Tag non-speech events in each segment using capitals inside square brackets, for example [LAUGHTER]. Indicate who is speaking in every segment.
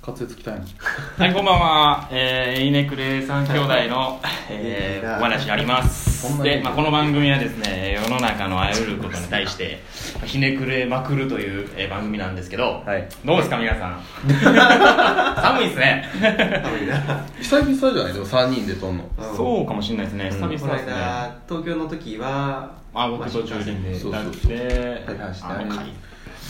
Speaker 1: 滑舌きたいの
Speaker 2: はい、こんばんは。えー、イネクレ三兄弟
Speaker 1: [LAUGHS]
Speaker 2: の、え
Speaker 3: い
Speaker 2: ー、
Speaker 3: や
Speaker 2: お話あります
Speaker 1: こん。なに
Speaker 2: で、まあ、この番組はですね、世の中のあらゆることに対して、まあひねくれまくるという、えー、番組なんですけど、
Speaker 3: はい
Speaker 2: どうですか、皆さ
Speaker 1: [LAUGHS]
Speaker 2: ん。寒いですね。
Speaker 3: 寒いな
Speaker 1: 久々じゃないでも3人で撮んの
Speaker 2: そうかもしれないですね。久々
Speaker 3: こ
Speaker 2: です
Speaker 3: の
Speaker 2: ね。
Speaker 3: 間東京の時は
Speaker 2: あ、僕途中で
Speaker 3: まあ新幹線
Speaker 1: そうそうそう
Speaker 2: で
Speaker 1: 大半して
Speaker 2: あの
Speaker 1: あ
Speaker 2: 回
Speaker 1: れ。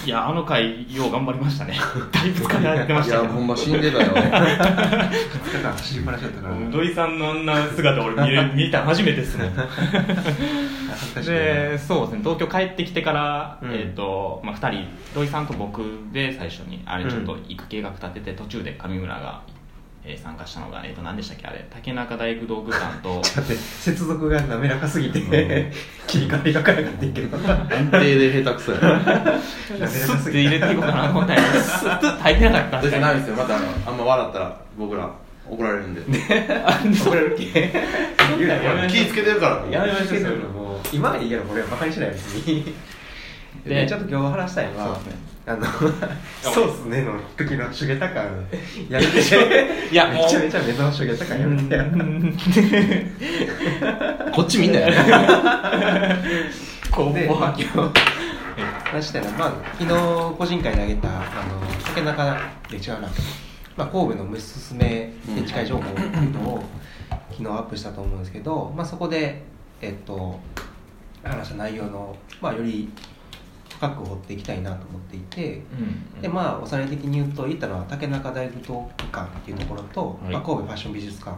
Speaker 2: いや、あの回、よう頑張り
Speaker 1: [LAUGHS]
Speaker 2: ましたね。だいぶ疲れてま
Speaker 1: い
Speaker 2: したけ
Speaker 1: や
Speaker 2: ど。
Speaker 1: ほんま死んでたよね
Speaker 3: 二日間走りっぱなしだったから
Speaker 2: 土井さんのあんな姿俺見れ
Speaker 3: [LAUGHS]
Speaker 2: 見たの初めてですね
Speaker 3: 恥ずかしい
Speaker 2: でそうですね東京帰ってきてから、
Speaker 3: うん
Speaker 2: えーとまあ、2人土井さんと僕で最初にあれちょっと行く計画立てて、途中で上村が、えー参加したのが、えー、と何でしたっけあれ竹中大工道具館と
Speaker 3: [LAUGHS] ちょっと待って接続が滑らかすぎて切り替わりがからなかったけど滑
Speaker 1: 安定で下手くそや
Speaker 3: らか
Speaker 2: スッ
Speaker 3: す
Speaker 2: て入
Speaker 3: ぎ
Speaker 2: れ
Speaker 3: て
Speaker 2: ていこうかなと思ったんやけどスッと入ってなかったん
Speaker 1: 私
Speaker 2: か
Speaker 1: ない
Speaker 3: [LAUGHS]
Speaker 1: ですよまたあのあんま笑ったら僕ら怒られるんで
Speaker 3: 怒られる気言うな
Speaker 2: やめまし
Speaker 1: 気
Speaker 2: ょ
Speaker 1: ぃつけてるから
Speaker 2: やめましょう
Speaker 3: 気付けてるのもう今はいいけどこれはバカにしない別に
Speaker 2: で
Speaker 3: でちょっと今日話したいのは
Speaker 2: そうですね
Speaker 3: あのそうっすねの時のしげた感やめて
Speaker 2: いやもう
Speaker 3: めちゃめちゃ目のしげた感やめて
Speaker 1: こっちみんな [LAUGHS] やね
Speaker 2: こ
Speaker 3: で、
Speaker 2: う
Speaker 3: まあ、今日話したら、まあ、昨日個人会であげたあの竹中で違うな、まあ、神戸のおすすめで近い情報っていうのを昨日アップしたと思うんですけど、まあ、そこで、えっと、話した内容の、まあ、より深く掘っていきたいなと思っていて。
Speaker 2: うん
Speaker 3: でまあ、おさらい的に言うと言ったのは竹中大武道館っていうところと、
Speaker 2: はい
Speaker 3: まあ、神戸ファッション美術館っ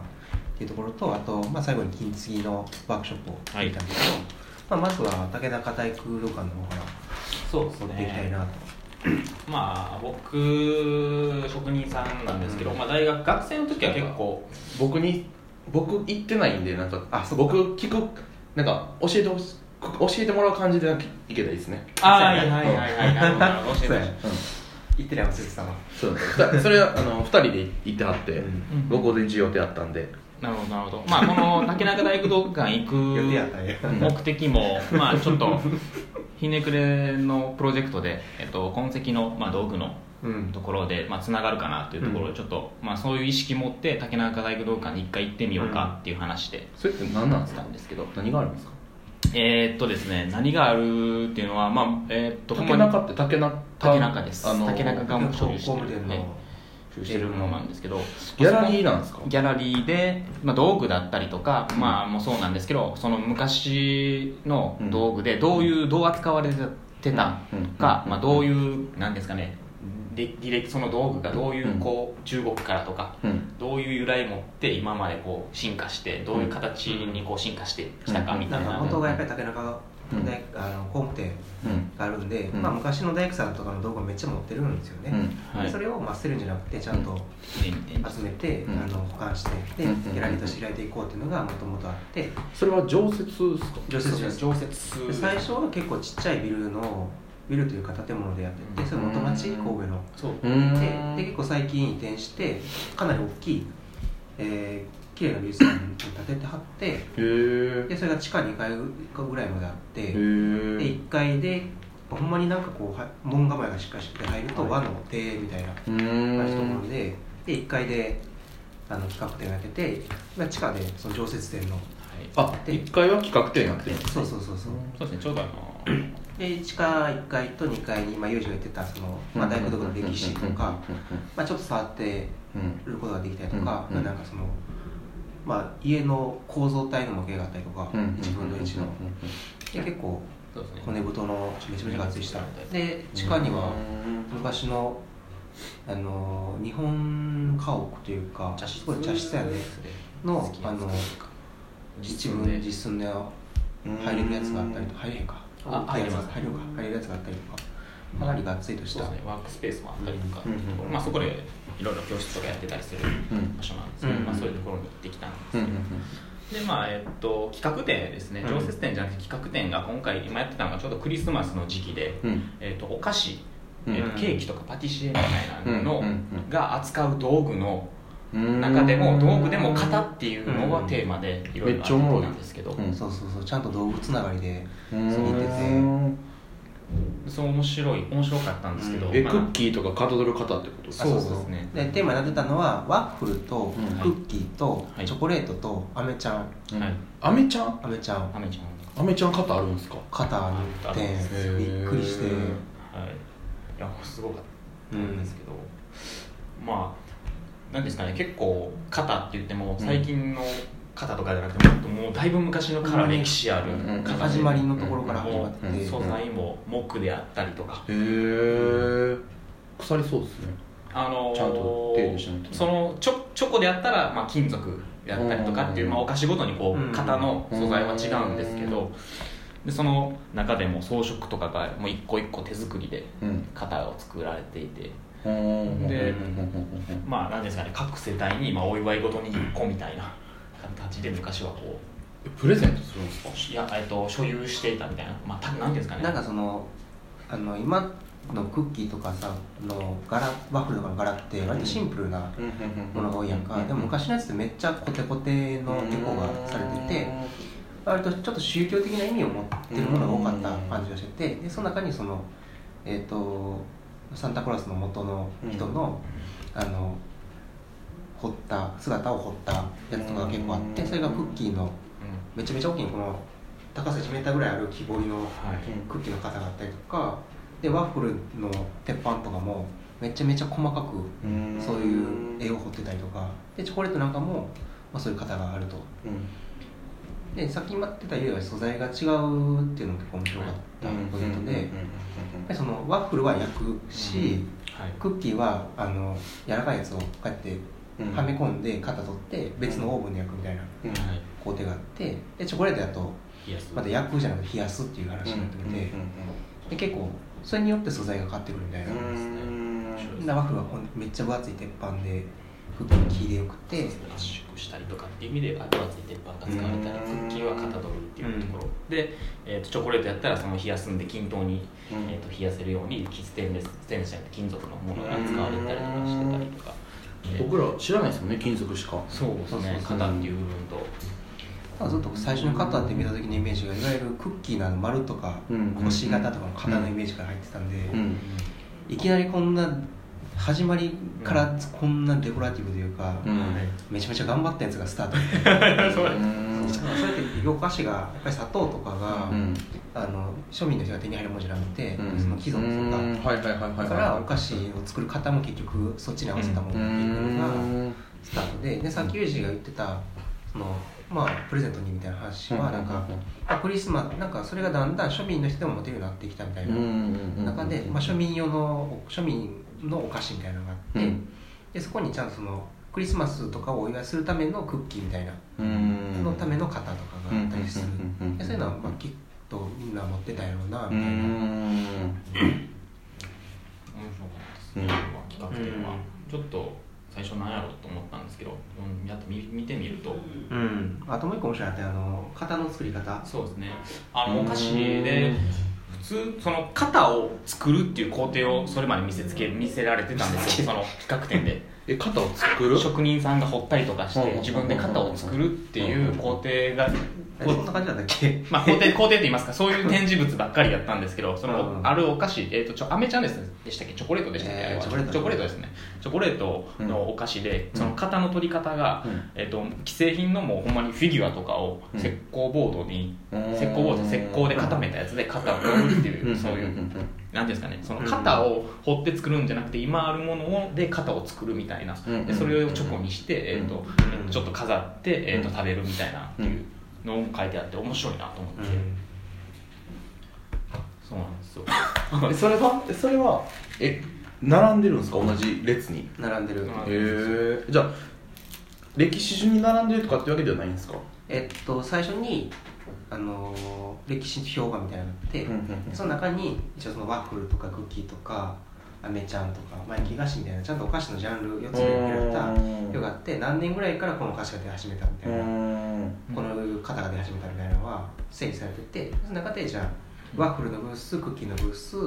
Speaker 3: ていうところとあと、まあ、最後に金継ぎのワークショップをやったんですけど、まあ、まずは竹中大武道館の方から
Speaker 2: そうです
Speaker 3: 持っていきたいなと、
Speaker 2: まあ僕職人さんなんですけど、
Speaker 3: うん
Speaker 2: まあ、大学学生の時は結構
Speaker 1: 僕に僕行ってないんでなんか
Speaker 3: あそっか
Speaker 1: 僕聞くなんか教えてほし教えてもらう感じでなんかいけたらいいですね
Speaker 2: あは
Speaker 3: ー
Speaker 2: いはいはいはいなるほどなるほど教えてほ
Speaker 3: そうや
Speaker 2: しい
Speaker 1: うん
Speaker 3: 言ってりゃおせさんは
Speaker 1: そうだねそれはあの2人で行ってはって、
Speaker 3: うん
Speaker 1: 僕午前中予定あったんで
Speaker 2: なるほどなるほどまあこの竹中大工道具館行
Speaker 3: 予定やった
Speaker 2: く
Speaker 3: んや
Speaker 1: うん
Speaker 2: 目的もまあちょっとひねくれのプロジェクトで、えっと、痕跡の、まあ、道具の
Speaker 3: うん
Speaker 2: ところで、まあ、つながるかなっていうところでちょっと、まあ、そういう意識持って竹中大工道具館に一回行ってみようかっていう話で
Speaker 1: それって何なんです
Speaker 2: し
Speaker 1: か
Speaker 2: たんですけど、
Speaker 1: 何があるんですか
Speaker 2: えーっとですね何があるっていうのはまあえーっとほんま
Speaker 1: 竹
Speaker 2: に
Speaker 1: 中って竹中
Speaker 2: 竹中です
Speaker 1: あの
Speaker 2: 竹中が
Speaker 3: 工務店
Speaker 2: は
Speaker 3: の、
Speaker 2: い収集してるものなんですけど
Speaker 1: ギャラリーなんですか
Speaker 2: ギャラリーで、まあ、道具だったりとか、まあ、もうそうなんですけどその昔の道具でどういうどう扱われてたか、
Speaker 1: うん
Speaker 2: まあ、どういうなんですかねで履歴その道具がどういう
Speaker 1: うん
Speaker 2: こう中国からとか
Speaker 1: うん
Speaker 2: どういう由来持って今までこう進化してどういう形にこう進化してきたかみた
Speaker 3: ないんか
Speaker 2: な
Speaker 3: 元がやっぱり竹中
Speaker 1: うん
Speaker 3: 大、あの工務店
Speaker 1: うん
Speaker 3: があるんで、
Speaker 1: うん
Speaker 3: まあ、昔の大工さんとかの道具をめっちゃ持ってるんですよね、
Speaker 1: うん
Speaker 2: はい
Speaker 3: それをまあ捨てるんじゃなくてちゃんと、
Speaker 2: 見てみて
Speaker 3: 集めて、
Speaker 1: うん
Speaker 3: あの保管してで、
Speaker 1: うんうんうん
Speaker 3: ギャラリーとして開いていこうっていうのがもともとあって
Speaker 1: それは常設ですか
Speaker 3: 常設です
Speaker 2: 常設
Speaker 3: で最初は結構ちっちゃいビルのビルというか建物でやって
Speaker 2: う
Speaker 3: て
Speaker 2: ん
Speaker 3: それ元町神戸の
Speaker 2: そう
Speaker 1: う
Speaker 3: で
Speaker 1: ん
Speaker 3: で結構最近移転してかなり大きい、えー、綺麗な美術館に建ててはって
Speaker 1: へー
Speaker 3: でそれが地下2階ぐらいまであって
Speaker 1: へ
Speaker 3: で
Speaker 1: ー
Speaker 3: 1階でほんまになんかこうは門構えがしっかりしてて入ると和の庭園みたいな
Speaker 1: う
Speaker 3: 同じとこ
Speaker 1: ん
Speaker 3: ろでで1階であの企画展をやってて、まあ、地下でその常設展の
Speaker 2: はい
Speaker 1: あ1階は企画展やってる
Speaker 3: そうそうそうそう
Speaker 2: そうですねちょうどあの
Speaker 3: で地下1階と2階に、まあ、ユージが言ってたその、まあ、大工道具の歴史とか、まあ、ちょっと触って
Speaker 1: うんうん
Speaker 3: ることができたりとか、ま
Speaker 1: うんう
Speaker 3: あ
Speaker 1: ん
Speaker 3: なんかその、まあ、家の構造体の模型があったりとか、
Speaker 1: うんうん
Speaker 3: 1分の1の、で結構
Speaker 2: そうですね
Speaker 3: 骨太のめちゃめちゃがっつりした
Speaker 2: うん
Speaker 3: で地下には
Speaker 1: うん
Speaker 3: 昔のあの日本家屋というか
Speaker 2: 茶室
Speaker 3: これ茶室やね
Speaker 2: 好
Speaker 3: の
Speaker 2: き
Speaker 3: あ
Speaker 2: なやつ
Speaker 3: の
Speaker 2: 実
Speaker 3: 一
Speaker 2: 分で
Speaker 3: 文実寸で入れるやつがあったりと入れへんか
Speaker 2: あ
Speaker 3: 入
Speaker 2: 入
Speaker 3: れ
Speaker 2: れ
Speaker 3: ま
Speaker 2: ますす
Speaker 3: 入れるか入れるやつがあったりとかかなりがっつりとし
Speaker 2: そう
Speaker 3: た
Speaker 2: ですねワークスペースもあったりとか、
Speaker 1: うんうんうん
Speaker 2: まあ、そこでいろいろ教室とかやってたりする
Speaker 1: うん
Speaker 2: 場所なんですけど、
Speaker 3: うん
Speaker 2: まあ、そういうところに行ってきたんですけ
Speaker 1: う
Speaker 2: ど、
Speaker 1: ん
Speaker 2: でまあえっと企画展ですね
Speaker 3: うん
Speaker 2: 常設展じゃなくて企画展が今回今やってたのがちょうどクリスマスの時期で、
Speaker 1: うんうん
Speaker 2: えっとお菓子、
Speaker 1: うん
Speaker 2: えっとケーキとかパティシエみたいなの
Speaker 1: うんうんうん
Speaker 2: が扱う道具の
Speaker 1: うん
Speaker 2: 中でも道具でも型っていうのがテーマでいろいろあったんですけど、
Speaker 1: うん
Speaker 3: そうそうそうちゃんと動物つながりで
Speaker 1: うん
Speaker 3: そう見てて
Speaker 2: そう面白い面白かったんですけど、
Speaker 3: うん
Speaker 1: え
Speaker 2: まあ
Speaker 1: クッキーとかかたどる方ってこと
Speaker 2: そうですね
Speaker 3: でテーマになってたのはワッフルと
Speaker 1: うん
Speaker 3: クッキーと
Speaker 2: はい
Speaker 3: チョコレートとアメちゃん
Speaker 2: はい
Speaker 1: アメちゃん
Speaker 3: アメちゃん
Speaker 2: アメちゃん
Speaker 1: アメちゃん肩あるんですか
Speaker 3: 肩に
Speaker 2: あ
Speaker 3: っ
Speaker 2: ったんです
Speaker 1: ね
Speaker 3: てびっくりして
Speaker 1: へー
Speaker 2: はい、いやすごかったんですけど、まあなんですかね結構肩って言っても
Speaker 1: うん
Speaker 2: 最近の肩とかじゃなくてもっともうだいぶ昔のから歴史ある
Speaker 1: うん
Speaker 2: 肩
Speaker 3: 始まりのところから始
Speaker 2: も
Speaker 3: まっ
Speaker 2: う
Speaker 3: て
Speaker 1: うん
Speaker 2: 素材も木であったりとか
Speaker 1: へえ腐りそうですね
Speaker 2: あのー
Speaker 1: ちゃんと手入れしないとね
Speaker 2: そのチョチョコであったら、まあ、金属であったりとかっていう、
Speaker 1: うん
Speaker 2: まあ、お菓子ごとにこ
Speaker 3: うん
Speaker 2: う型の素材は違うんですけ
Speaker 1: う
Speaker 2: どでその中でも装飾とかがもう一個一個手作りで
Speaker 1: うん
Speaker 2: 型を作られていて
Speaker 1: で
Speaker 2: でまあ何ですかね各世帯にまあお祝いごとに1個みたいな形で昔はこ
Speaker 1: プレゼントするんですか
Speaker 2: ういや、えっと、所有していたみたいなまあた何ですかね
Speaker 3: なんかそのあの今のクッキーとかさあの柄ワッフルとかの柄って割とシンプルなものが多いやんかでも昔のやつってめっちゃコテコテのデコがされてて割とちょっと宗教的な意味を持ってるものが多かった感じがしててでその中にそのえっ、とサンタクロースの元の人の、あの彫った姿を彫ったやつとかが結構あってそれがクッキーの
Speaker 2: う
Speaker 3: めちゃめちゃ大きいこの高さ1メーターぐらいある木彫りの
Speaker 2: んはい
Speaker 3: クッキーの型があったりとかでワッフルの鉄板とかもめちゃめちゃ細かくそういう絵を彫ってたりとかでチョコレートなんかも、まあ、そういう型があるとでさっき待ってたよりは素材が違うっていうのが結構面白かったポイントでやっぱりそのワッフルは焼くし、
Speaker 2: はい
Speaker 3: クッキーはあの柔らかいやつをこうやってはめ込んで型取って別のオーブンで焼くみたいな
Speaker 2: はい
Speaker 3: 工程があってでチョコレートだと
Speaker 2: イエス
Speaker 3: また焼くじゃなくて冷やすっていう話になってくるんでで結構それによって素材が変わってくるみたいな
Speaker 2: うん
Speaker 3: みんなワッフルはほんめっちゃ分厚い鉄板でクッキーの黄でよくて
Speaker 2: 圧縮したりとかっていう意味では分厚い鉄板が使われたりク
Speaker 1: うん
Speaker 2: ッキーは型取るっていうところで、えーとチョコレートやったらその冷やすんで均等に、えーと冷やせるようにステンレスステンレスじゃなくて金属のものが使われたりとかしてたりとか。えー
Speaker 1: 僕ら知らないですもんね金属しか
Speaker 2: そうですね型っていう部分と
Speaker 3: ただずっと最初の型って見た時のイメージがいわゆるクッキーのあの丸とか
Speaker 1: うん
Speaker 3: 星型とかの型のイメージから入ってたんで
Speaker 1: うん
Speaker 3: いきなりこんな始まりからこんなデコラティブというか
Speaker 1: うん
Speaker 3: めちゃめちゃ頑張ったやつがスタート [LAUGHS] そうそうやってお菓子がやっぱり砂糖とかが、
Speaker 1: うん
Speaker 3: あの庶民の人が手に入るものじゃなくて、その既存とか、
Speaker 1: うんはいはいはいはいはい
Speaker 3: だからお菓子を作る方も結局そっちに合わせたもの
Speaker 1: う
Speaker 3: っていうのが
Speaker 1: ん
Speaker 3: スタートででさっきユージが言ってたそのまあプレゼントにみたいな話はなんか、まあクリスマスなんかそれがだんだん庶民の人でも持てるようになってきたみたいな中で、まあ、庶民用の庶民のお菓子みたいなのがあって、
Speaker 1: うん
Speaker 3: でそこにちゃんとそのクリスマスとかをお祝いするためのクッキーみたいな
Speaker 1: うん
Speaker 3: のための型とかがあったりする
Speaker 1: うんうんうんうん
Speaker 3: でそういうのはまあきっとみんな持ってたやろうな
Speaker 1: う
Speaker 3: みたいなん
Speaker 2: 面白かったですね、まあ企画展は、ちょっと最初なんやろうと思ったんですけど、うん、やっと見見てみると
Speaker 3: うんあともう一個面白いなってあの型の作り方
Speaker 2: そうですねあの
Speaker 1: う
Speaker 2: お
Speaker 1: ん
Speaker 2: 菓子で普通その型を作るっていう工程をそれまで見せつけ見せられてたんですよその企画展で
Speaker 1: え肩を作る
Speaker 2: 職人さんが彫ったりとかし
Speaker 1: うんうん
Speaker 2: て
Speaker 1: うん
Speaker 2: 自分で型を作るっていう工程が
Speaker 3: えそんな感じなんだっけ
Speaker 2: まあ、工程工程と言いますかそういう展示物ばっかりやったんですけどその、
Speaker 3: うん
Speaker 2: あるお菓子、えー、とちょアメちゃんですでしたっけチョコレートでしたっけ、
Speaker 3: えー
Speaker 2: あれは
Speaker 3: チョコレート
Speaker 2: ですねチョコレートのお菓子で、
Speaker 1: うん
Speaker 2: その型の取り方が、
Speaker 1: うん
Speaker 2: えー、と既製品のもうほんまにフィギュアとかを
Speaker 1: うん
Speaker 2: 石膏ボードに、
Speaker 1: うん
Speaker 2: 石膏ボード石膏で固めたやつで型を取るっていう、そうい
Speaker 1: ん
Speaker 2: う。
Speaker 1: ん
Speaker 2: なんていうんですかねその型を掘って作るんじゃなくて今あるものをで型を作るみたいな
Speaker 1: うん
Speaker 2: でそれをチョコにして、えーと
Speaker 3: うん
Speaker 2: ちょっと飾って、えー、と
Speaker 1: うん
Speaker 2: 食べるみたいなっていうのも書いてあって面白いなと思って、そうなんですよ
Speaker 1: うんえそれはえそれはえ並んでるんですか同じ列に
Speaker 3: 並んでる
Speaker 2: うん
Speaker 1: へえじゃあ歴史順に並んでるとかってわけではないんですか
Speaker 3: えっと最初にあのー歴史評価みたいなのがあって、
Speaker 1: うんうんうん
Speaker 3: その中に一応そのワッフルとかクッキーとかアメちゃんとかマイキー菓子みたいなちゃんとお菓子のジャンル4つに分けられた
Speaker 1: うん
Speaker 3: よがあって何年ぐらいからこのお菓子が出始めたみたいな
Speaker 2: うん
Speaker 3: この方が出始めたみたいなのは整理されててその中でじゃあワッフルのブースクッキーのブース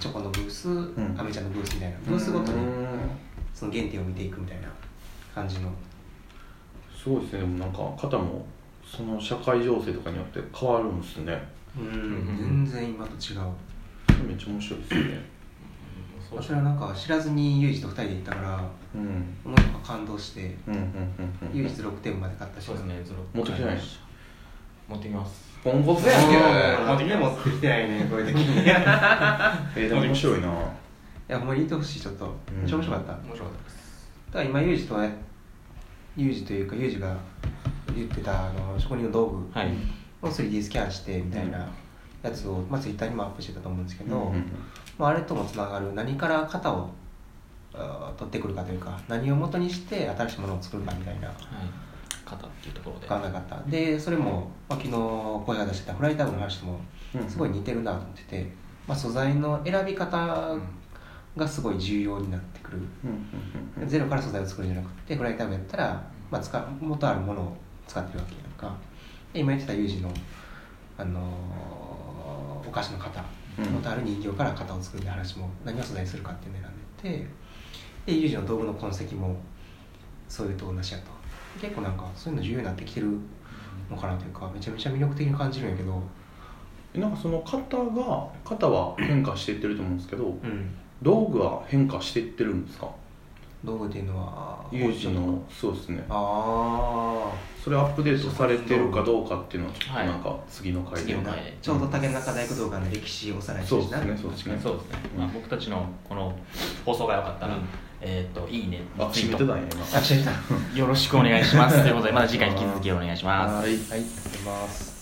Speaker 3: チョコのブース、
Speaker 1: ん
Speaker 3: アメちゃんのブースみたいなブースごとに
Speaker 1: うん
Speaker 3: その原点を見ていくみたいな感じの
Speaker 1: すごいですねでもなんか肩もその社会情勢とかによって変わるんですね
Speaker 3: うん、
Speaker 2: ん
Speaker 3: 全然今と違う
Speaker 1: めっちゃ面白いですよね
Speaker 2: そう
Speaker 3: 私はなんか知らずにユージと2人で行ったから
Speaker 1: うん
Speaker 3: もうなんか感動して
Speaker 1: うんうんうんう
Speaker 3: ユー
Speaker 1: ん
Speaker 3: ジ6点まで買ったし
Speaker 2: そうですねズロ
Speaker 1: 持ってきてない
Speaker 2: 持ってきます
Speaker 1: ポンコツや
Speaker 3: も
Speaker 1: ん
Speaker 3: う
Speaker 1: け
Speaker 3: 何で持ってきてないねこういう時にいや
Speaker 1: えー、でも面白いな
Speaker 3: ほんまに言ってほしいちょっとめっちゃ面白かった、
Speaker 2: 面白かったです
Speaker 3: だから今ユージとねユージというかユージが言ってたあの職人の道具
Speaker 2: はい
Speaker 3: を 3D スキャンしてみたいなやつを、まあ、ツイッターにもアップしてたと思うんですけど、
Speaker 1: うんうん
Speaker 3: まあ、あれともつながる何から型をあー取ってくるかというか何を元にして新しいものを作るかみたいな
Speaker 2: はい肩っていうところで
Speaker 3: 考え方でそれも、まあ、昨日声が出してたフライターブの話とも
Speaker 1: うん
Speaker 3: すごい似てるなと思ってて、まあ、素材の選び方がすごい重要になってくる。
Speaker 1: うんうんうん
Speaker 3: ゼロから素材を作るんじゃなくてフライタイムやったら、まあ、使う元あるものを使ってるわけやんかで今言ってたユージの、あのーお菓子の型
Speaker 1: うん
Speaker 3: 元ある人形から型を作るって話も何を素材にするかっていうのを選んでてでユージの道具の痕跡もそういうと同じやと結構なんかそういうの重要になってきてるのかなというかめちゃめちゃ魅力的に感じるんやけど、
Speaker 1: えなんかその型が型は変化していってると思うんですけど
Speaker 3: うん、
Speaker 1: 道具は変化していってるんですか
Speaker 3: 道具っていうのは
Speaker 1: 有事
Speaker 3: 包丁と
Speaker 1: の
Speaker 3: か
Speaker 1: そうですね
Speaker 3: ああ
Speaker 1: それアップデートされてるかどうかっていうのはちょっと
Speaker 2: はい
Speaker 1: なんか次の回で、
Speaker 2: 次了の解
Speaker 3: ちょうど竹中大工動画の歴史をおさらいして
Speaker 1: そう
Speaker 3: る
Speaker 1: ですね
Speaker 3: しな
Speaker 1: そうです
Speaker 2: 確か
Speaker 1: ね
Speaker 2: にそうですね、
Speaker 1: うん
Speaker 2: まあ、僕たちのこの放送が良かったら、
Speaker 3: うん
Speaker 2: えっ、といいね
Speaker 1: あ
Speaker 2: ツイ
Speaker 1: 閉
Speaker 2: ー
Speaker 1: めて
Speaker 2: ト
Speaker 1: たんや今
Speaker 3: あ、知りたい。
Speaker 2: よろしくお願いしますということでまた次回に引き続きお願いします
Speaker 3: はい、ありがとうございます。